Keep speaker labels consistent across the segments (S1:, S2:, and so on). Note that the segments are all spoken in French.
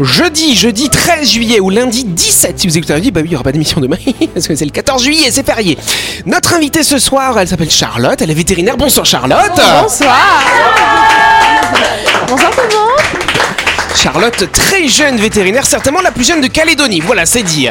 S1: Jeudi, jeudi 13 juillet ou lundi 17, si vous écoutez un bah oui, il n'y aura pas d'émission demain, parce que c'est le 14 juillet, c'est férié. Notre invitée ce soir, elle s'appelle Charlotte, elle est vétérinaire. Bonsoir Charlotte
S2: Bonsoir Bonsoir tout le monde
S1: Charlotte, très jeune vétérinaire, certainement la plus jeune de Calédonie, voilà, c'est dit.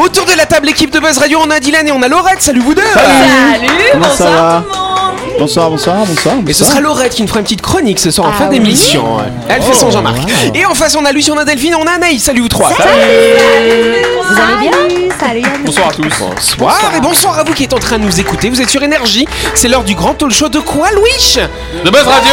S1: Autour de la table, équipe de Buzz Radio, on a Dylan et on a Laurette, salut vous deux
S2: Salut
S3: Comment ça
S2: Bonsoir
S3: va
S2: tout le monde
S3: Bonsoir, bonsoir, bonsoir.
S1: Et ce
S3: bonsoir.
S1: sera Laurette qui nous fera une petite chronique ce soir en
S2: Ah
S1: fin
S2: oui
S1: d'émission. Elle fait son Jean-Marc. Et en face, on a Lucie, on a Delphine, on a Anaïs, salut vous trois
S2: Vous allez bien
S4: Bonsoir à tous.
S1: Bonsoir, et bonsoir à vous qui êtes en train de nous écouter. Vous êtes sur Énergie. C'est l'heure du grand talk show de quoi, Louis
S4: De Buzz Radio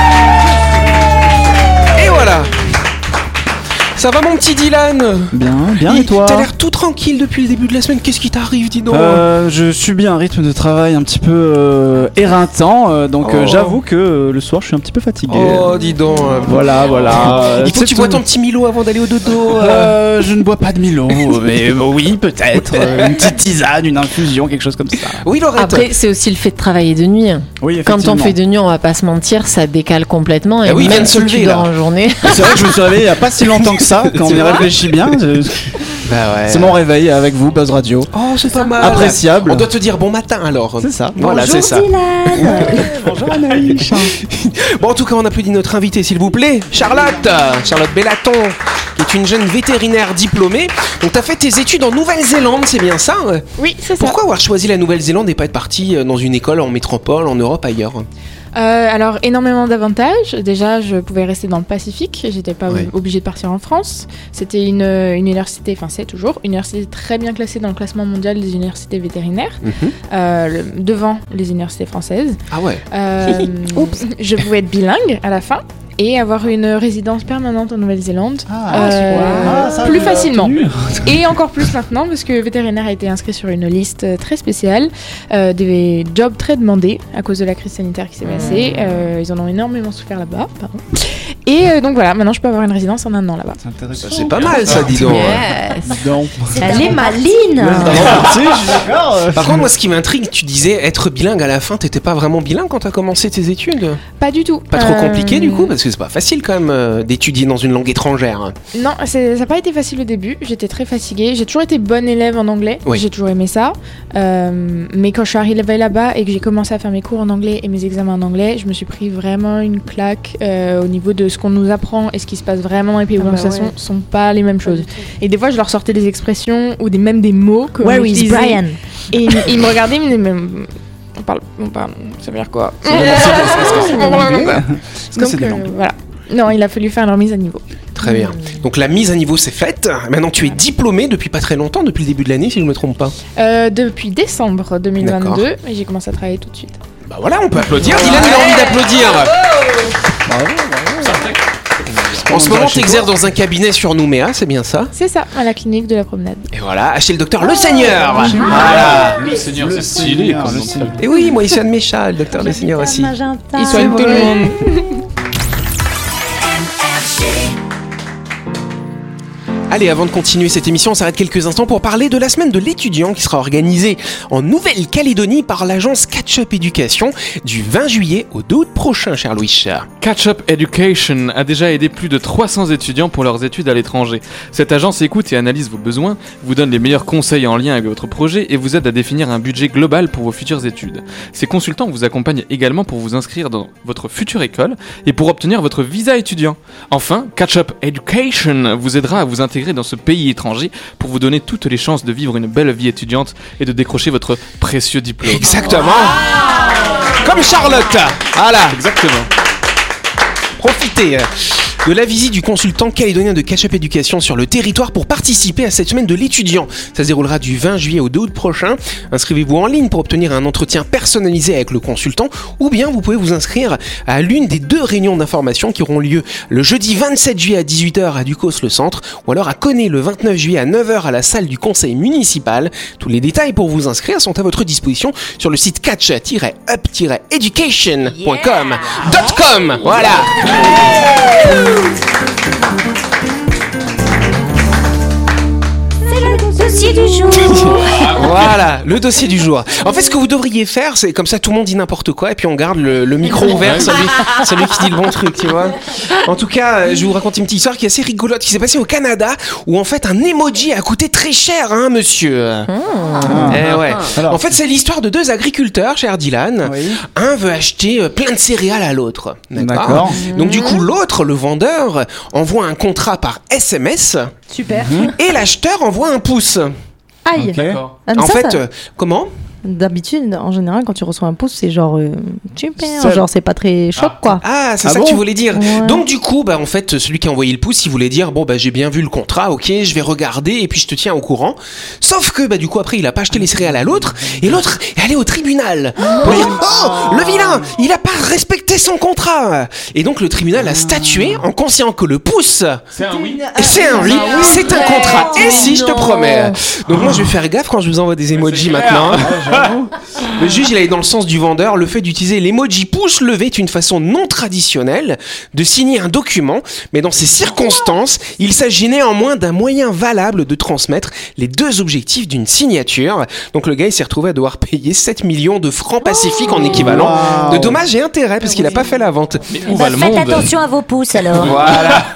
S1: Et voilà ça va mon petit Dylan
S3: Bien, bien et
S1: Il-
S3: toi
S1: T'as l'air hein. tout tranquille depuis le début de la semaine. Qu'est-ce qui t'arrive, dis donc
S3: Euh, je subis un rythme de travail un petit peu euh, éreintant, euh, donc euh,
S1: Oh.
S3: j'avoue que euh, le soir je suis un petit peu fatigué.
S1: Oh, dis donc.
S3: Voilà, voilà. Euh,
S1: Il faut
S3: c'est
S1: que tu
S3: tout.
S1: bois ton petit Milo avant d'aller au dodo. euh.
S3: Euh, je ne bois pas de Milo, mais bon, oui, peut-être. euh, une petite tisane, une infusion, quelque chose comme ça.
S1: Oui, Laurette.
S5: Après, c'est aussi le fait de travailler de nuit.
S3: Oui,
S5: Quand on fait de nuit, on va pas se mentir, ça décale complètement. Et
S1: Ah oui, il vient
S5: même
S1: de se
S5: si tu
S1: lever,
S5: dors
S1: là.
S5: en journée,
S3: C'est vrai que je me suis réveillé il n'y a pas si longtemps que ça, quand on y réfléchit bien. je-
S1: Bah ouais.
S3: C'est mon réveil avec vous, Buzz Radio.
S1: Oh, c'est pas mal.
S3: Appréciable.
S1: On doit te dire bon matin alors.
S3: C'est ça.
S1: Voilà, c'est ça.
S3: Bonjour Anaïs.
S1: Bon, en tout cas, on applaudit notre invitée, s'il vous plaît, Charlotte, Charlotte Bellaton, qui est une jeune vétérinaire diplômée. Donc, t'as fait tes études en Nouvelle-Zélande, c'est bien ça
S6: Oui, c'est ça.
S1: Pourquoi avoir choisi la Nouvelle-Zélande et pas être parti euh, dans une école en métropole, en Europe, ailleurs
S6: Euh, alors, énormément d'avantages. Déjà, je pouvais rester dans le Pacifique. J'étais pas
S1: Ouais.
S6: obligée de partir en France. C'était une, euh, une université, enfin, c'est toujours une université très bien classée dans le classement mondial des universités vétérinaires,
S3: Mhm.
S6: euh, le- devant les universités françaises.
S1: Ah ouais
S6: Euh, Je pouvais être bilingue à la fin et avoir une résidence permanente en Nouvelle-Zélande.
S1: Ah,
S6: Euh, plus facilement. Et encore plus maintenant, parce que vétérinaire a été inscrit sur une liste euh, très spéciale, euh, des jobs très demandés à cause de la crise sanitaire qui s'est
S1: Mmh.
S6: passée. Euh, ils en ont énormément souffert là-bas, pardon. Et euh, donc voilà, maintenant je peux avoir une résidence en un an là-bas.
S1: C'est pas mal ça, dis donc.
S3: Non.
S2: Elle est maline
S1: Par contre, moi, ce qui m'intrigue, tu disais être bilingue à la fin, t'étais pas vraiment bilingue quand t'as commencé tes études
S6: Pas du tout.
S1: Pas trop
S6: Euh,
S1: compliqué du coup, parce que c'est pas facile quand même euh, d'étudier dans une langue étrangère. hein.
S6: Non, c'est- ça n'a pas été facile au début. J'étais très fatiguée. J'ai toujours été bonne élève en anglais.
S1: Oui.
S6: J'ai toujours aimé ça. Euh, mais quand je suis arrivée là-bas et que j'ai commencé à faire mes cours en anglais et mes examens en anglais, je me suis pris vraiment une claque euh, au niveau de ce qu'on nous apprend et ce qui se passe vraiment dans les pays où
S2: Ah bah
S6: nous façon
S2: ouais.
S6: sont pas les mêmes choses. Et des fois, je leur sortais des expressions ou des, même des mots que
S2: Where
S6: moi, je
S2: is
S6: disais.
S2: Brian
S6: Et ils, ils me regardaient, ils me disaient, mais on parle, on parle, ça veut dire quoi
S3: Est-ce que c'est des
S6: euh,
S3: langues
S6: voilà. Non, il a fallu faire leur mise à niveau.
S1: Très bien. Donc la mise à niveau c'est faite. Maintenant tu es diplômée depuis pas très longtemps, depuis le début de l'année si je me trompe pas.
S6: Euh, depuis décembre 2022,
S1: D'accord.
S6: et j'ai commencé à travailler tout de suite.
S1: Bah voilà, on peut applaudir. Dylan, il a envie d'applaudir. En ce moment, t'exerces dans un cabinet sur Nouméa, c'est bien ça
S6: C'est ça, à la clinique de la promenade.
S1: Et voilà, chez le docteur Le Seigneur.
S4: Voilà Le Seigneur, c'est stylé
S3: Seigneur,
S4: comme
S3: euh, le
S4: nom de
S3: Seigneur.
S4: famille.
S1: Et oui, moi, il soigne mes chats, le docteur Le Seigneur aussi.
S6: Ils soignent tout le monde.
S1: Allez, avant de continuer cette émission, on s'arrête quelques instants pour parler de la semaine de l'étudiant qui sera organisée en Nouvelle-Calédonie par l'agence Catch Up Éducation du 20 juillet au 2 août prochain, cher Louis.
S4: Catch Up Education a déjà aidé plus de 300 étudiants pour leurs études à l'étranger. Cette agence écoute et analyse vos besoins, vous donne les meilleurs conseils en lien avec votre projet et vous aide à définir un budget global pour vos futures études. Ces consultants vous accompagnent également pour vous inscrire dans votre future école et pour obtenir votre visa étudiant. Enfin, Catch Up Education vous aidera à vous intégrer dans ce pays étranger pour vous donner toutes les chances de vivre une belle vie étudiante et de décrocher votre précieux diplôme.
S1: Exactement. Comme Charlotte. Voilà.
S4: Exactement.
S1: Profitez. euh, de la visite du consultant calédonien de Catch Up Éducation sur le territoire pour participer à cette semaine de l'étudiant. Ça se déroulera du 20 juillet au 2 août prochain. Inscrivez-vous en ligne pour obtenir un entretien personnalisé avec le consultant ou bien vous pouvez vous inscrire à l'une des deux réunions d'information qui auront lieu le jeudi 27 juillet à 18h à Ducos le centre ou alors à Coné le 29 juillet à 9h à la salle du conseil municipal. Tous les détails pour vous inscrire sont à votre disposition sur le site catch-up-education.com. .com, voilà.
S2: Dossier du jour.
S1: Voilà, le dossier du jour. En fait, ce que vous devriez faire, c'est comme ça, tout le monde dit n'importe quoi, et puis on garde le, le micro ouvert, celui, celui qui dit le bon truc, tu vois. En tout cas, euh, je vous raconte une petite histoire qui est assez rigolote, qui s'est passée au Canada, où en fait, un emoji a coûté très cher à un monsieur.
S7: Ah.
S1: Eh ouais.
S3: Ah. Alors.
S1: En fait, c'est l'histoire de deux agriculteurs, cher Dylan.
S3: Oui.
S1: Un veut acheter euh, plein de céréales à l'autre.
S3: D'accord.
S1: Donc du
S7: Mmh.
S1: coup, l'autre, le vendeur, envoie un contrat par SMS,
S7: Super.
S1: et l'acheteur envoie un pouce.
S7: Aïe.
S3: Ok.
S7: Ah, mais
S1: En
S7: ça,
S1: fait,
S7: ça-
S1: euh, comment
S7: d'habitude, en général, quand tu reçois un pouce, c'est genre euh, super,
S3: Ça-
S7: genre c'est pas très choc quoi.
S1: Ah, c'est
S3: Ah
S1: ça
S3: bon
S1: que tu voulais dire.
S7: Ouais.
S1: Donc du coup, bah en fait, celui qui a envoyé le pouce, il voulait dire bon bah j'ai bien vu le contrat, ok, je vais regarder et puis je te tiens au courant. Sauf que bah du coup après, il a pas acheté les céréales à l'autre et l'autre est allé au tribunal pour dire
S7: Ah.
S1: oh le vilain, il a pas respecté son contrat. Et donc le tribunal a statué en conscient que le pouce
S4: C'est un oui.
S1: c'est un oui,
S7: Ah
S1: c'est un contrat. Et si je te promets. Donc moi je vais faire gaffe quand je vous envoie des emojis maintenant. Le juge il allait dans le sens du vendeur. Le fait d'utiliser l'emoji pouce levé est une façon non traditionnelle de signer un document, mais dans ces circonstances, il s'agit néanmoins d'un moyen valable de transmettre les deux objectifs d'une signature. Donc le gars il s'est retrouvé à devoir payer 7 millions de francs pacifiques en équivalent de dommages et intérêts parce qu'il n'a pas fait la vente.
S4: Mais où va le monde
S2: Faites attention à vos pouces alors.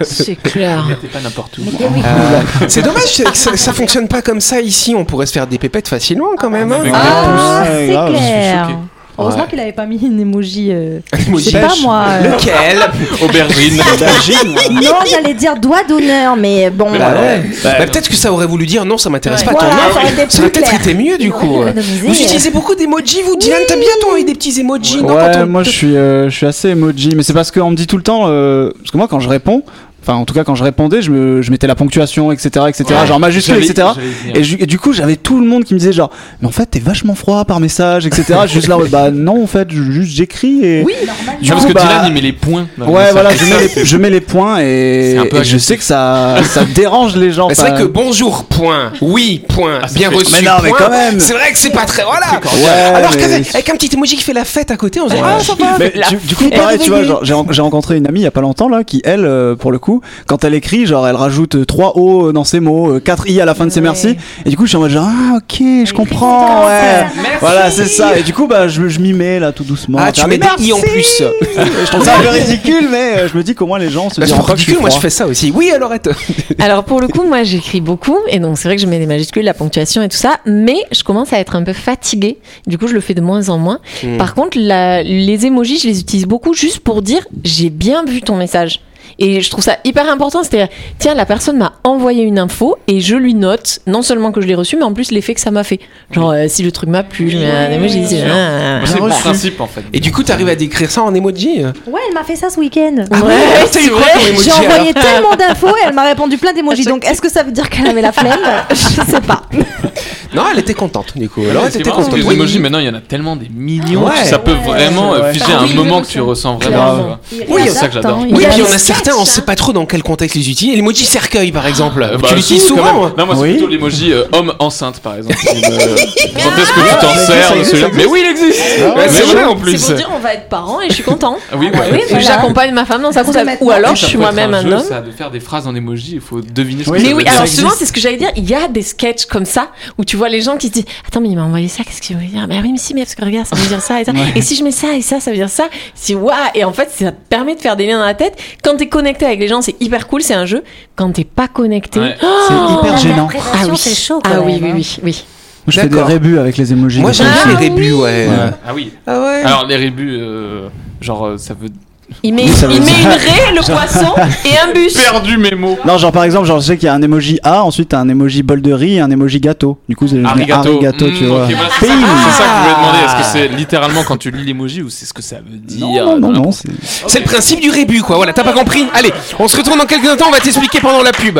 S5: C'est clair.
S4: T'es pas n'importe où.
S1: Euh, c'est dommage que ça, ça fonctionne pas comme ça ici. On pourrait se faire des pépettes facilement quand même. hein.
S4: Avec
S7: Ah,
S3: Ouais,
S7: c'est
S3: grave, je suis
S7: clair.
S4: choqué.
S7: Heureusement qu'il avait pas mis une emoji. euh, je
S1: Emoji
S7: sais pas
S1: pêche.
S7: moi. euh,
S3: Ah,
S1: Lequel
S3: bah
S4: Aubergine.
S3: Aubergine.
S2: Non, j'allais dire doigt d'honneur, mais bon.
S1: Bah
S4: ouais.
S1: ouais.
S3: Bah,
S1: Bah, peut-être que ça aurait voulu dire non, ça m'intéresse pas. ton
S2: Voilà,
S1: nom.
S2: ça aurait été
S1: Ça aurait
S2: plus
S1: peut-être
S2: clair.
S1: été mieux du coup.
S2: Économiser.
S1: Vous
S7: euh,
S1: utilisez beaucoup d'emojis, vous Dylan T'aimes bien toi avec des petits emojis non,
S3: Ouais,
S1: quand on-
S3: moi je suis, euh, je suis assez emoji, mais c'est parce qu'on me dit tout le temps, euh, parce que moi quand je réponds, enfin en tout cas quand je répondais, je, me, je mettais la ponctuation, etc., etc., genre majuscule,
S4: J'allais-
S3: etc.
S4: j'allais dire.
S3: Et, ju- et du coup, j'avais tout le monde qui me disait genre, mais en fait, t'es vachement froid par message, etc. juste là, ouais, bah non, en fait, je- juste j'écris et. Oui, Ah, normal.
S4: Non, parce que Dylan il met les points. dans
S3: bah,
S4: le
S3: Ouais,
S4: message.
S3: voilà, je mets, les, je mets les points et,
S4: C'est un peu
S3: et je
S4: agressif.
S3: sais que ça, ça dérange les gens.
S1: Bah, c'est vrai
S3: enfin,
S1: que bonjour, point, oui, point,
S4: Ah, ça
S1: bien
S4: fait-
S1: reçu,
S3: Mais non, mais
S1: point.
S3: quand même.
S1: C'est vrai que c'est pas très. Voilà Ah,
S3: Ouais,
S1: Alors
S3: mais-
S1: qu'avec avec un petit emoji qui fait la fête à côté, on se dit Ah, ça va
S3: Mais du, du coup, pareil, tu vois, genre, j'ai j'ai rencontré une amie il y a pas longtemps là, qui elle, euh, pour le coup, quand elle écrit, genre, elle rajoute euh, 3 O dans ses mots, euh, 4 I à la fin de ses
S7: Ouais.
S3: merci, et du coup, je suis en mode genre, ah ok, je
S7: Ah,
S3: comprends, ouais, voilà, c'est ça, et du coup, bah, je, je m'y mets là tout doucement.
S1: Ah, tu
S3: Genre,
S1: mets des
S3: mais
S1: i en
S3: merci
S1: plus
S3: Je trouve ça un peu ridicule, mais euh, je me dis qu'au moins les gens se
S1: Bah, C'est
S3: diront pas que je suis
S1: ridicule, moi je
S3: froid.
S1: fais ça aussi. Oui, alors attends.
S5: Alors pour le coup, moi j'écris beaucoup et donc c'est vrai que je mets des majuscules, la ponctuation et tout ça, mais je commence à être un peu fatiguée. Du coup, je le fais de moins en moins.
S1: Hmm.
S5: Par contre, la- les emojis, je les utilise beaucoup juste pour dire j'ai bien vu ton message. Et je trouve ça hyper important, c'est-à-dire, tiens, la personne m'a envoyé une info et je lui note non seulement que je l'ai reçue, mais en plus l'effet que ça m'a fait. Genre, euh, si le truc m'a plu, je mets un emoji.
S4: Bien sûr.
S5: ah,
S4: C'est le
S5: voilà.
S4: principe en fait.
S1: Et du coup, t'arrives à décrire ça en emoji euh
S7: Ouais, elle m'a fait ça ce week-end.
S1: Ah
S5: Ouais,
S1: T'as eu quoi comme emoji,
S7: J'ai
S1: alors
S7: envoyé tellement d'infos et elle m'a répondu plein d'émojis. Donc est-ce que ça veut dire qu'elle avait la flemme Je sais pas.
S1: Non, elle était contente du coup.
S4: Ouais,
S1: Alors, elle
S4: c'est
S1: était
S4: marrant, parce
S1: contente.
S4: que les
S1: Oui.
S4: emojis, maintenant, il y en a tellement des millions
S1: Ouais.
S4: que ça peut vraiment
S3: Ouais.
S4: euh, figer
S7: Ah
S4: un
S7: oui,
S4: moment
S7: je
S4: que tu
S7: ressens.
S4: ressens
S7: Clairement.
S4: vraiment. tu vois.
S7: Oui,
S4: c'est ça que j'adore.
S7: adaptant,
S1: Oui,
S7: il
S1: puis on
S7: adapte.
S1: a certains, on sait pas trop dans quel contexte les utiliser. Et L'emoji cercueil, par exemple,
S4: Euh, bah,
S1: tu l'utilises
S4: si, quand
S1: souvent. hein.
S4: même. Non, moi, c'est
S3: hein. Oui.
S4: plutôt l'emoji euh, homme enceinte, par exemple. qui me- Quand est-ce que tu t'en sers de celui-là Mais oui, il existe
S1: Ouais, c'est
S4: Mais
S1: vrai
S4: oui,
S1: en
S5: C'est
S1: plus.
S5: pour dire on va être parents et je suis content.
S4: Ah oui, bah,
S5: Oui,
S4: c'est-
S7: voilà.
S5: j'accompagne ma femme dans sa
S7: Parce que
S5: course. Ou
S7: maintenant-
S5: alors je
S4: Ça
S5: suis
S4: peut être
S5: moi-même
S4: un
S5: un
S4: jeu,
S5: homme.
S4: ça, de faire des phrases en emoji, il faut deviner ce que
S3: Oui,
S4: ça
S5: Mais
S4: veut
S5: oui,
S4: dire.
S5: alors
S3: existe.
S5: souvent, c'est ce que j'allais dire. Il y a des sketchs comme ça où tu vois les gens qui se disent Attends, mais il m'a envoyé ça, qu'est-ce qu'il veut dire Bah oui, mais si, mais parce que regarde, ça veut dire ça et ça. Et si je mets ça et ça, ça veut dire ça. Si, waouh Et en fait, ça te permet de faire des liens dans la tête. Quand t'es connecté avec les gens, c'est hyper cool, c'est un jeu. Quand t'es pas connecté.
S4: Ouais.
S5: oh
S3: C'est hyper gênant.
S2: L'interprétation, Ah, c'est chaud. quand
S5: Ah oui,
S2: même,
S5: oui,
S2: hein.
S5: oui, oui.
S3: Je fais des
S1: D'accord.
S3: rébus avec les emojis.
S1: Moi, j'aime
S5: Ah
S1: les débuts, ouais.
S3: Ouais.
S4: euh, Ah oui.
S1: Ah ouais.
S4: Alors, les rébus, euh, genre, euh, ça veut.
S5: Il met,
S3: Oui, ça veut
S5: il met
S3: dire-
S5: une raie, le poisson, et un bus.
S4: Perdu mes mots.
S3: Non, genre par exemple, genre je sais qu'il y a un emoji A, ensuite t'as un emoji bol de riz et un emoji gâteau. Du coup, c'est le
S4: Arigato.
S3: arigato, tu
S4: Mm,
S3: vois.
S4: ok, voilà, c'est ça,
S3: Bing.
S4: c'est ça que je voulais demander. Est-ce que c'est littéralement quand tu lis l'emoji ou c'est ce que ça veut dire
S3: Non, non,
S4: dans la-
S3: non, non, c'est-
S1: C'est le principe du rébut, quoi. Voilà, t'as pas compris Allez, on se retourne dans quelques instants, on va t'expliquer pendant la pub.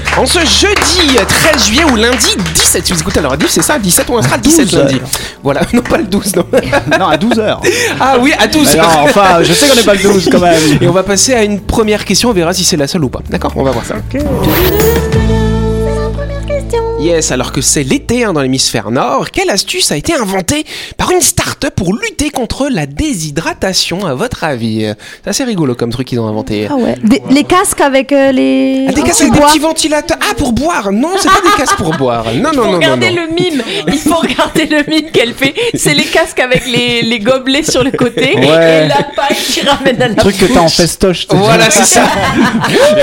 S1: En ce jeudi 13 juillet ou lundi 17, si vous écoutez à la radio, c'est ça, 17, on sera le 17
S3: 12 heures.
S1: lundi. Voilà, non pas le 12, non.
S3: non, à 12h.
S1: Ah oui, à 12
S3: Alors, enfin, je sais qu'on n'est pas le 12 quand même.
S1: Et on va passer à une première question, on verra si c'est la seule ou pas. D'accord On va voir ça. Yes, alors que c'est l'été hein, dans l'hémisphère nord, quelle astuce a été inventée par une start-up pour lutter contre la déshydratation, à votre avis C'est assez rigolo comme truc qu'ils ont inventé.
S7: Ah ouais. Des- les casques avec euh, les.
S1: Ah, des casques
S7: tu
S1: avec des
S7: bois.
S1: petits ventilateurs. Ah, pour boire Non, c'est pas des casques pour boire. Non,
S5: Il
S1: non,
S5: faut
S1: non, non.
S5: regarder
S1: non.
S5: le mime. Il faut regarder le mime qu'elle fait. C'est les casques avec les, les gobelets sur le côté
S3: Ouais.
S5: et la paille qui ramène à la
S3: Truc que t'as en festoche. t'es-
S1: Voilà, c'est ça.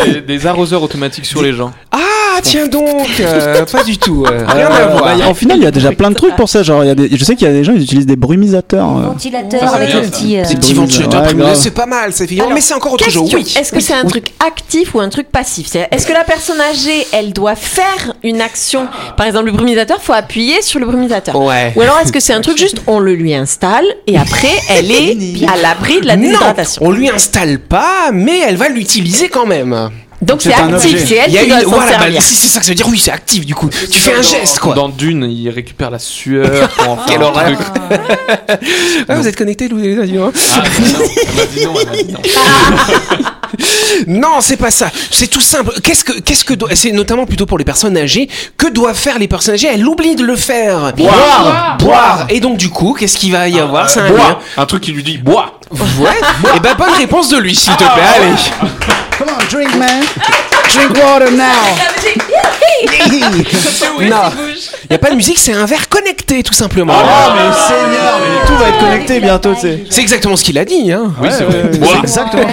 S4: Il y a des arroseurs automatiques sur les gens.
S1: Ah, tiens donc, euh, pas du tout. euh,
S3: Euh,
S1: rien à voir.
S3: bah, en final, il y a déjà plein de trucs pour ça. Genre, il y a des- je sais qu'il y a des gens, ils utilisent des brumisateurs. euh.
S2: Ventilateur
S1: Ah,
S4: Ça,
S2: avec
S4: c'est
S2: le
S4: bien,
S2: petit. euh,
S1: Des petits
S3: Ouais,
S1: ventilateurs,
S3: grave.
S1: primés, c'est pas mal, c'est effrayant,
S5: Alors,
S1: mais c'est encore autre chose.
S5: Question.
S1: Oui.
S5: Est-ce que c'est un truc actif ou un truc passif C'est-à-dire, Est-ce que la personne âgée, elle doit faire une action Par exemple, le brumisateur, faut appuyer sur le brumisateur.
S1: Ouais.
S5: Ou alors, est-ce que c'est un truc juste, on le lui installe et après, elle est à l'abri de la déshydratation
S1: Non, on lui installe pas, mais elle va l'utiliser quand même.
S5: Donc c'est
S3: C'est un
S5: actif,
S3: objet.
S5: c'est elle
S1: Il y a
S5: qui doit
S1: une...
S5: s'en
S1: Voilà, bah,
S5: servir.
S1: si c'est ça que ça veut dire, oui, c'est actif du coup. Tu fais un
S4: Dans-
S1: geste, quoi.
S4: Dans Dune, il récupère la sueur pour en faire
S1: Quelle
S4: un
S1: horreur.
S4: truc.
S1: Ah, vous êtes connectés, Lou- les amis, hein
S4: Ah, bah, dis donc, bah, dis donc.
S1: Non, c'est pas ça. C'est tout simple. Qu'est-ce que, qu'est-ce que doit- c'est notamment plutôt pour les personnes âgées. Que doivent faire les personnes âgées Elles oublient de le faire. Boire, boire. Ah, euh, Et donc du coup, qu'est-ce qu'il va y avoir C'est un
S4: Bois.
S1: lien.
S4: Un truc qui lui dit bois.
S1: Ouais. Et ben bonne réponse de lui, s'il te plaît. Allez.
S3: Come on, drink man. Drink water now.
S1: Non. Il y a pas de musique. C'est un verre connecté, tout simplement.
S3: Oh mais seigneur, mais tout va être connecté bientôt, tu sais.
S1: C'est exactement ce qu'il a dit. Hein.
S4: Oui, c'est vrai.
S3: C'est Exactement.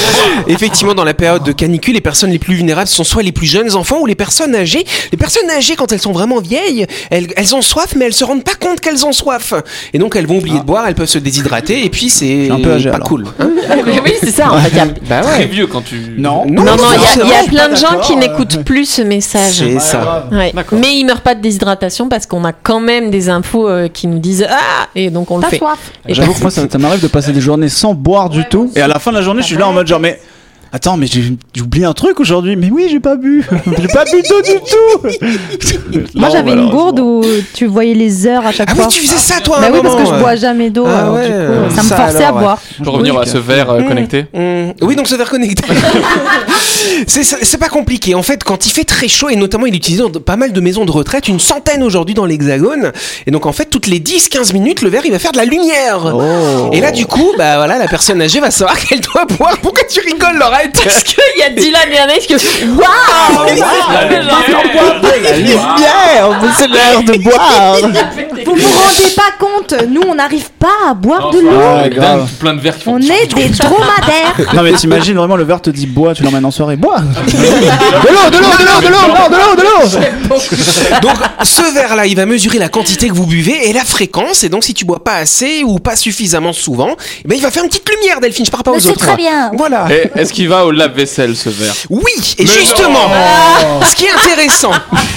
S1: Effectivement, dans la période de canicule, les personnes les plus vulnérables sont soit les plus jeunes enfants ou les personnes âgées. Les personnes âgées, quand elles sont vraiment vieilles, elles, elles ont soif, mais elles se rendent pas compte qu'elles ont soif. Et donc, elles vont oublier de boire, elles peuvent se déshydrater, et puis c'est
S3: un peu âgé,
S1: pas
S3: alors.
S1: cool. hein.
S5: oui, c'est ça. En fait, il y a-
S1: bah
S4: Très vieux quand tu.
S3: Non.
S5: Non, non, il y a- il y, a
S3: forcément,
S5: plein de
S3: pas
S5: gens qui
S3: d'accord,
S5: n'écoutent
S3: euh,
S5: plus ce message.
S1: C'est
S8: Eh,
S1: ça.
S5: Ouais. Mais ils meurent pas de déshydratation parce qu'on a quand même des infos euh, qui nous disent ah et donc on le
S7: T'as
S5: fait.
S7: soif.
S5: Et
S3: J'avoue que moi, ça, ça m'arrive de passer des journées sans boire du tout. Et à la fin de la journée, je suis là en mode genre, mais attends, mais j'ai j'ai oublié un truc aujourd'hui. Mais oui, j'ai pas bu. J'ai pas bu d'eau du tout. Non,
S7: Moi, j'avais une gourde
S3: malheureusement.
S7: où tu voyais les heures à chaque
S1: Ah oui,
S7: fois.
S1: tu faisais ça, toi, à
S7: Bah
S1: un
S7: oui, parce que
S1: moment,
S7: je
S1: euh.
S7: bois jamais d'eau.
S1: Ah
S7: alors, du
S1: ouais,
S7: coup, ça me
S1: ça
S7: forçait
S1: alors,
S7: à
S1: ouais.
S7: boire.
S4: Je vais revenir à ce verre euh, connecté.
S1: Hum, Oui, donc ce verre connecté. c'est ça- c'est pas compliqué. En fait, quand il fait très chaud, et notamment il est utilisé dans de- pas mal de maisons de retraite, une centaine aujourd'hui dans l'Hexagone. Et donc, en fait, toutes les 10-15 minutes, le verre, il va faire de la lumière.
S3: Oh.
S1: Et là, du coup, bah voilà, la personne âgée va savoir qu'elle doit boire. Pourquoi tu rigoles, Laurette
S5: Parce qu'il y a Dylan Hernandez que waouh
S4: Ah,
S3: La lumière, mais c'est l'heure de boire.
S7: Vous vous rendez pas compte, nous on n'arrive pas à boire de l'eau.
S3: Ouais,
S4: Dingue,
S3: grave.
S4: plein de verres qui font.
S7: On est des dromadaires.
S3: Non mais t'imagines vraiment le verre te dit bois, tu l'emmènes en soirée, bois. De l'eau, de l'eau, de l'eau, de l'eau, non, de l'eau, de l'eau.
S1: Donc, ce verre-là, il va mesurer la quantité que vous buvez et la fréquence. Et donc, si tu bois pas assez ou pas suffisamment souvent, eh ben, il va faire une petite lumière, Delphine. Je pars pas aux
S2: Mais c'est
S1: autres.
S2: très
S1: moi.
S2: bien.
S1: Voilà.
S4: Et Est-ce qu'il va au lave-vaisselle ce verre
S1: Oui, et
S4: Mais
S1: justement, ce qui est intéressant,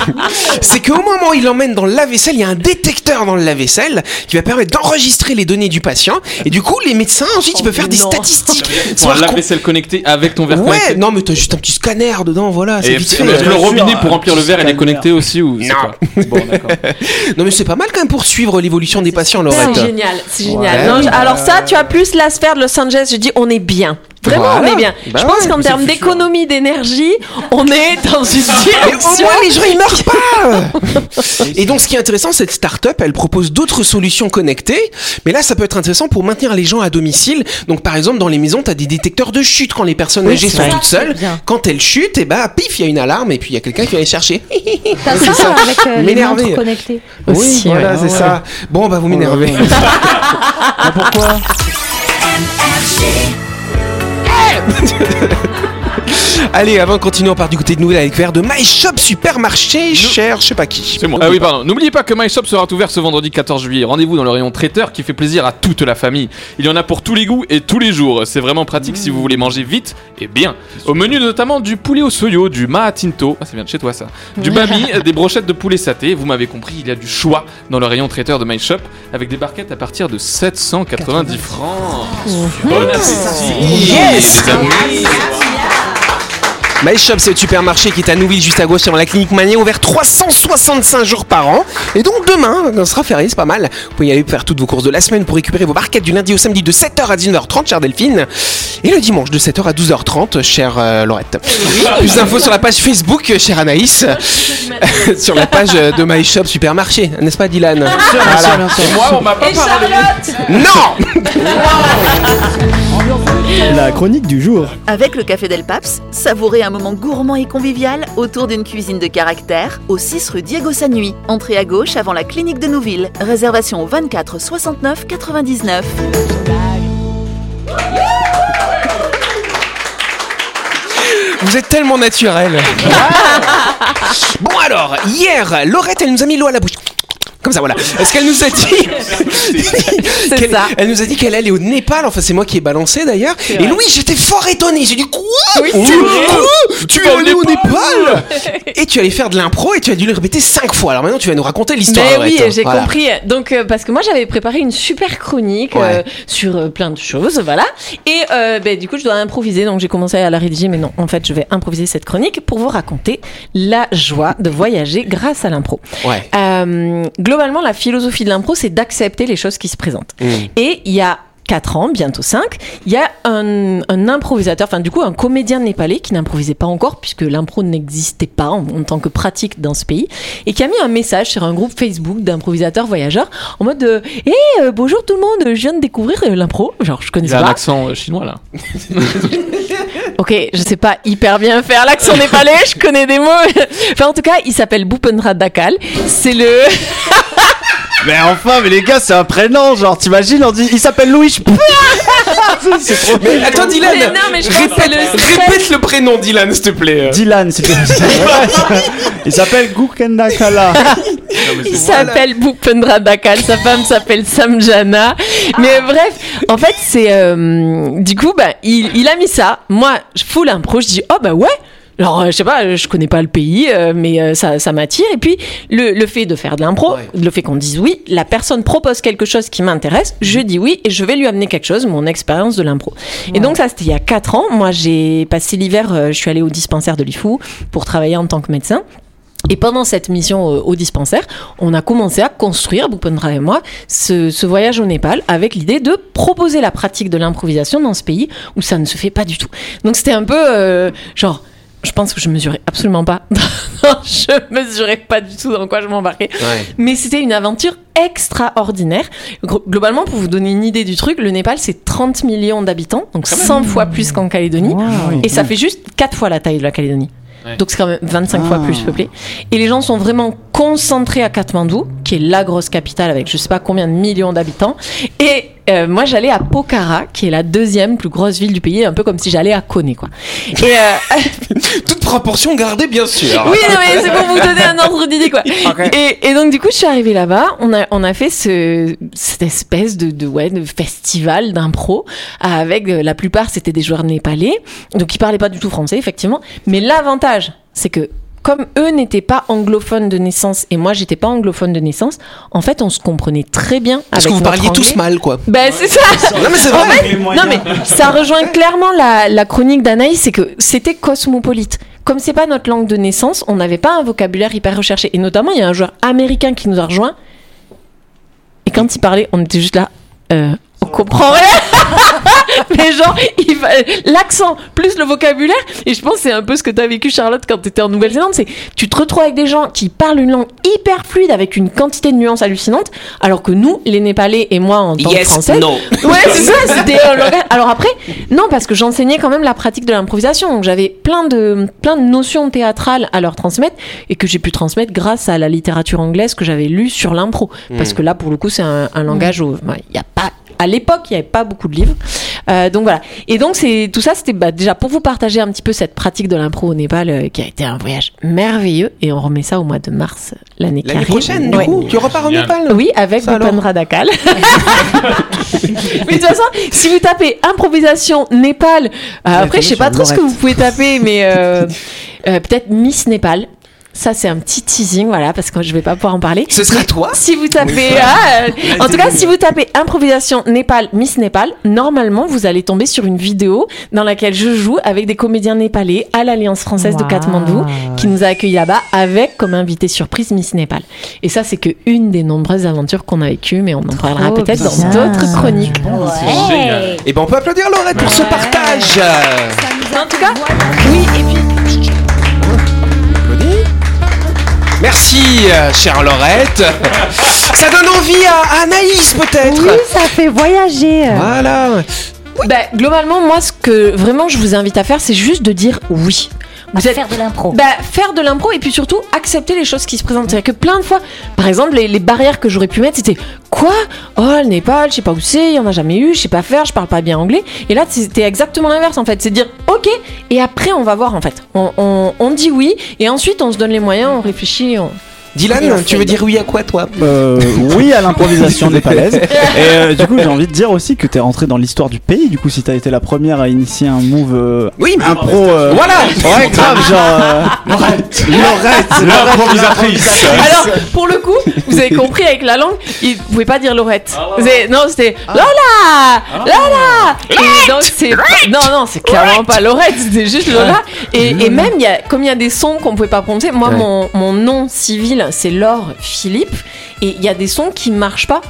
S1: c'est qu'au moment où il l'emmène dans le lave-vaisselle, il y a un détecteur dans le lave-vaisselle qui va permettre d'enregistrer les données du patient. Et du coup, les médecins, ensuite, ils peuvent faire des
S5: non.
S1: statistiques.
S4: Pour un
S1: Savoir com-
S4: lave-vaisselle connecté avec ton verre
S1: Ouais,
S4: connecté.
S1: non, mais t'as juste un petit scanner dedans, voilà,
S4: Et
S1: c'est vite
S4: est-ce
S1: fait.
S4: que le
S3: Bien sûr,
S4: robinet pour
S3: euh,
S4: remplir le verre, il est
S3: scanner.
S4: connecté aussi ou c'est
S1: Non.
S4: quoi Bon, d'accord.
S1: Non, mais c'est pas mal quand même pour suivre l'évolution des patients,
S5: C'est
S1: Laurette.
S5: génial, c'est génial.
S1: Ouais.
S5: Non, je- alors ça, tu as plus la sphère de Los Angeles. Je dis, on est bien. Vraiment,
S1: Voilà.
S5: on est bien.
S1: Bah
S5: je pense
S1: ouais,
S5: qu'en
S1: c'est
S5: termes
S1: futur.
S5: d'économie d'énergie, on est dans une
S1: Mais au
S5: direction.
S1: moins, les gens, ils meurent pas Et donc, ce qui est intéressant, cette start-up, elle propose d'autres solutions connectées. Mais là, ça peut être intéressant pour maintenir les gens à domicile. Donc, par exemple, dans les maisons, tu as des détecteurs de chute quand les personnes âgées sont toutes seules. Quand elles chutent, et bah, pif, il y a une alarme et puis il y a quelqu'un qui va les chercher.
S2: T'as ça,
S1: ça.
S2: avec euh, les
S1: M'énerver.
S2: montres connectées.
S1: oui,
S5: Aussi,
S1: voilà,
S5: ouais. Oh
S1: c'est ça. Bon, bah, vous m'énervez. Ah,
S3: Pourquoi
S1: Eh Allez, avant de continuer, on part du côté de nouvelles avec verre de My Shop Supermarché, cher, je sais pas qui.
S4: C'est moi. Ah oui, pardon. N'oubliez pas que My Shop sera ouvert ce vendredi 14 juillet. Rendez-vous dans le rayon traiteur qui fait plaisir à toute la famille. Il y en a pour tous les goûts et tous les jours. C'est vraiment pratique si vous voulez manger vite et bien. Au menu notamment du poulet au soyo, du maatinto, ah, ça vient de chez toi ça, du babi, des brochettes de poulet saté. Vous m'avez compris, il y a du choix dans le rayon traiteur de My Shop avec des barquettes à partir de 790 francs. Bon appétit.
S1: Yes
S4: les amis.
S1: My Shop, c'est le supermarché qui est à Nouville, juste à gauche, avant la clinique Manier, ouvert 365 jours par an. Et donc demain, on sera férié, c'est pas mal. Vous pouvez y aller faire toutes vos courses de la semaine pour récupérer vos barquettes du lundi au samedi de 7h à 19h30, chère Delphine. Et le dimanche de 7h à 12h30, chère euh, Laurette. Plus d'infos sur la page Facebook, euh, chère Anaïs. sur la page euh, de My Shop Supermarché, n'est-ce pas, Dylan Voilà.
S4: Et moi, on m'a pas parlé.
S1: Non
S8: La chronique du jour.
S9: Avec le Café Del Paps, savourez un moment gourmand et convivial autour d'une cuisine de caractère au 6 rue Diego Sanui. Entrée à gauche avant la clinique de Nouville. Réservation au 24 69 99.
S1: Vous êtes tellement naturel. bon alors, hier, Laurette, elle nous a mis l'eau à la bouche. Comme ça, voilà. Est-ce qu'elle nous a dit qu'elle-
S5: ça.
S1: Elle nous a dit qu'elle allait au Népal. Enfin, c'est moi qui ai balancé d'ailleurs. Et Louis, j'étais fort étonné. J'ai dit quoi Ouh, quoi Tu es allé au Népal Et tu allais faire de l'impro et tu as dû le répéter cinq fois. Alors maintenant, tu vas nous raconter l'histoire.
S5: Mais oui,
S1: Laurette.
S5: j'ai
S1: Voilà.
S5: compris. Donc, euh, parce que moi, j'avais préparé une super chronique euh,
S1: Ouais.
S5: sur euh, plein de choses, voilà. Et euh, ben, du coup, je dois improviser. Donc, j'ai commencé à la rédiger, mais non, en fait, je vais improviser cette chronique pour vous raconter la joie de voyager grâce à l'impro.
S1: Ouais.
S5: Euh, globalement, la philosophie de l'impro, c'est d'accepter les choses qui se présentent.
S1: Mm.
S5: Et il y a 4 ans, bientôt 5, il y a un, un improvisateur, enfin du coup un comédien népalais qui n'improvisait pas encore puisque l'impro n'existait pas en, en tant que pratique dans ce pays et qui a mis un message sur un groupe Facebook d'improvisateurs voyageurs en mode euh, Hé, euh, bonjour tout le monde, je viens de découvrir euh, l'impro. » Genre je connais
S4: Il a un
S5: pas.
S4: accent euh, chinois là.
S5: Ok, je sais pas hyper bien faire l'accent népalais, je connais des mots. enfin en tout cas, il s'appelle Bhupendra Dakal. C'est le...
S3: Mais enfin, mais les gars, c'est un prénom, genre, t'imagines, on dit, il s'appelle Louis. je- c'est trop
S1: Mais attends, Dylan.
S5: Mais non, mais je pense que c'est
S1: répète,
S5: le
S1: répète le prénom, Dylan, s'il te plaît.
S3: Dylan, c'est Il s'appelle Gukendakala.
S5: Il s'appelle Bhupendra Dakal, sa femme s'appelle Samjana.
S1: Ah.
S5: Mais bref, en fait, c'est. euh, du coup, bah, il, il a mis ça. Moi, je fous l'impro, je dis Oh, bah ouais alors, euh, je sais pas, euh, je connais pas le pays, euh, mais euh, ça, ça m'attire. Et puis, le, le fait de faire de l'impro, le fait qu'on dise oui, la personne propose quelque chose qui m'intéresse, je dis oui et je vais lui amener quelque chose, mon expérience de l'impro. Et donc, ça, c'était il y a 4 ans. Moi, j'ai passé l'hiver, euh, je suis allée au dispensaire de l'IFU pour travailler en tant que médecin. Et pendant cette mission euh, au dispensaire, on a commencé à construire, Bhupendra et moi, ce, ce voyage au Népal avec l'idée de proposer la pratique de l'improvisation dans ce pays où ça ne se fait pas du tout. Donc c'était un peu euh, genre. Je pense que je mesurais absolument pas. Non, je mesurais pas du tout dans quoi je m'embarquais. Mais c'était une aventure extraordinaire. Gro- Globalement, pour vous donner une idée du truc, le Népal, c'est 30 millions d'habitants, donc 100 fois plus qu'en Calédonie. Et ça fait juste 4 fois la taille de la Calédonie.
S4: Ouais.
S5: Donc c'est quand même 25 fois plus peuplé. Et les gens sont vraiment concentrés à Katmandou, qui est la grosse capitale avec je sais pas combien de millions d'habitants. Et euh, moi j'allais à Pokhara, qui est la deuxième plus grosse ville du pays, un peu comme si j'allais à Kone quoi. Et euh,
S1: Toute proportion gardée, bien sûr.
S5: oui, non, mais c'est pour vous donner un ordre d'idée, quoi. Et, et donc, du coup, je suis arrivée là-bas. On a, on a fait ce, cette espèce de, de, ouais, de festival d'impro avec euh, la plupart, c'était des joueurs népalais. Donc, ils parlaient pas du tout français, effectivement. Mais l'avantage, c'est que comme eux n'étaient pas anglophones de naissance et moi, j'étais pas anglophone de naissance, en fait, on se comprenait très bien.
S1: Parce
S5: avec
S1: que vous
S5: notre
S1: parliez tous
S5: anglais.
S1: mal, quoi.
S5: Ben, c'est ça!
S1: Non, mais c'est
S5: En
S1: vrai.
S5: fait, non mais ça rejoint clairement la, la chronique d'Anaïs, c'est que c'était cosmopolite. Comme c'est pas notre langue de naissance, on n'avait pas un vocabulaire hyper recherché. Et notamment, il y a un joueur américain qui nous a rejoint. Et quand il parlait, on était juste là. euh, on comprend rien. Mais genre, il va- l'accent plus le vocabulaire. Et je pense que c'est un peu ce que t'as vécu, Charlotte, quand t'étais en Nouvelle-Zélande. C'est tu te retrouves avec des gens qui parlent une langue hyper fluide avec une quantité de nuances hallucinantes, alors que nous, les Népalais et moi, en tant que Français,
S1: non.
S5: Ouais, c'est ça, c'était un langage. Alors après, non, parce que j'enseignais quand même la pratique de l'improvisation, donc j'avais plein de, plein de notions théâtrales à leur transmettre et que j'ai pu transmettre grâce à la littérature anglaise que j'avais lue sur l'impro.
S1: Hmm.
S5: Parce que là, pour le coup, c'est un, un langage où bah, il y a pas. À l'époque, il n'y avait pas beaucoup de livres. Euh, donc voilà. Et donc, c'est tout ça, c'était bah, déjà pour vous partager un petit peu cette pratique de l'impro au Népal euh, qui a été un voyage merveilleux. Et on remet ça au mois de mars euh, l'année qui
S1: L'année
S5: arrive.
S1: prochaine, du
S5: Ouais.
S1: coup, tu repars au Népal
S5: Oui, avec
S1: Ça alors.
S5: Bhupen Radakal. mais de toute façon, si vous tapez improvisation Népal, euh, après je sais pas trop ce que vous pouvez taper, mais euh, euh, peut-être Miss Népal. Ça c'est un petit teasing, voilà, parce que je vais pas pouvoir en parler.
S1: Ce sera toi
S5: Si vous tapez, ah, euh, en tout cas, si vous tapez improvisation Népal Miss Népal, normalement vous allez tomber sur une vidéo dans laquelle je joue avec des comédiens népalais à l'Alliance française de
S2: Waouh.
S5: Katmandou qui nous a accueillis là-bas avec comme invité surprise Miss Népal. Et ça, c'est que une des nombreuses aventures qu'on a vécues, mais on en parlera peut-être
S2: bien.
S5: dans d'autres chroniques.
S2: Ouais.
S4: Génial.
S1: Et ben on peut applaudir Laurette pour ce partage
S5: En tout cas, oui, et puis
S1: Merci, euh, chère Laurette Ça donne envie à Anaïs, peut-être
S7: Oui, ça fait voyager.
S1: Voilà
S5: bah, globalement, moi, ce que vraiment je vous invite à faire, c'est juste de dire oui. Vous
S2: À
S5: êtes
S2: faire de l'impro.
S5: Bah, faire de l'impro et puis surtout accepter les choses qui se présentent. C'est-à-dire que plein de fois, par exemple, les, les barrières que j'aurais pu mettre, c'était quoi Oh, le Népal, je sais pas où c'est, il y en a jamais eu, je sais pas faire, je parle pas bien anglais. Et là, c'était exactement l'inverse en fait. C'est dire ok, et après on va voir en fait. On, on- on dit oui, et ensuite on se donne les moyens, on réfléchit. On...
S1: Dylan, tu veux dire oui à quoi, toi
S3: Euh, oui à l'improvisation népalaise. Et euh, du coup, j'ai envie de dire aussi que t'es rentré dans l'histoire du pays. Du coup, si t'as été la première à initier un move euh,
S1: Oui, mais...
S3: impro. euh,
S1: Voilà
S3: Ouais, grave, genre. euh, Lorette,
S4: L'improvisatrice.
S5: Alors, pour le coup, vous avez compris avec la langue, il pouvait pas dire Laurette.
S4: Ah.
S5: Vous avez- Non, c'était Lola Lola Et donc, c'est- Non, non, c'est clairement pas Laurette, c'était juste
S4: Ah.
S5: Lola. Et, et même, il y a, comme il y a des sons qu'on pouvait pas prononcer, moi,
S3: Ouais.
S5: mon, mon nom civil, c'est Laure Philippe, et il y a des sons qui marchent pas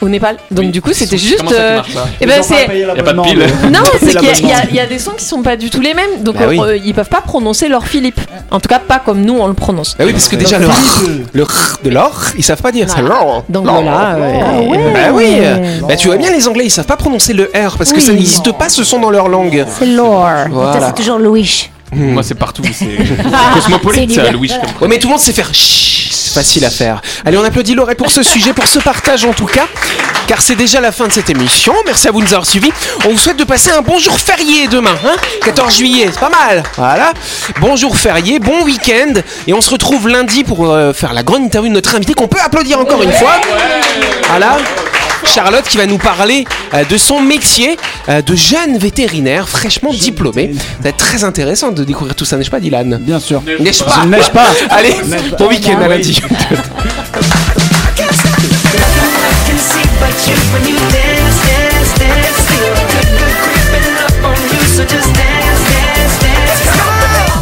S5: au Népal. Donc, du coup, c'était juste.
S4: Comment ça qui
S5: euh,
S4: marche, ça
S5: eh ben, c'est.
S4: Y a pas de pile.
S5: Non, c'est qu'il y a- il y, a-
S3: l'abonnement.
S5: il y a des sons qui sont pas du tout les mêmes, donc
S1: Bah oui.
S5: euh, ils peuvent pas prononcer Laure Philippe. En tout cas, pas comme nous on le prononce.
S1: Bah oui, parce que déjà, le r- le r de l'or, ils savent pas dire ça. L'or.
S5: Donc
S1: L'or.
S5: voilà. euh, euh,
S1: Bah oui
S7: Ouais.
S1: Bah tu vois bien, les Anglais, ils savent pas prononcer le R, parce que ça n'existe pas ce son dans leur langue.
S7: C'est lore.
S1: Voilà.
S2: Ça, c'est toujours Louis.
S4: Moi, c'est partout. C'est
S2: C'est
S4: euh, cosmopolite,
S2: divers.
S4: Louis.
S2: Voilà.
S4: comme-
S1: Ouais, mais tout le monde sait faire chut, c'est facile à faire. Allez, on applaudit Laurette pour ce sujet, pour ce partage en tout cas, car c'est déjà la fin de cette émission. Merci à vous de nous avoir suivis. On vous souhaite de passer un bon jour férié demain, hein 14 juillet, c'est pas mal. Voilà. Bon jour férié, bon week-end, et on se retrouve lundi pour euh, faire la grande interview de notre invité qu'on peut applaudir encore une fois. Voilà. Charlotte qui va nous parler euh, de son métier euh, de jeune vétérinaire fraîchement diplômé. Ça va être très intéressant de découvrir tout ça, n'est-ce pas Dylan
S3: Bien sûr.
S1: N'est-ce
S3: Je
S1: pas
S3: ne neige pas.
S1: Allez, bon week-end à lundi.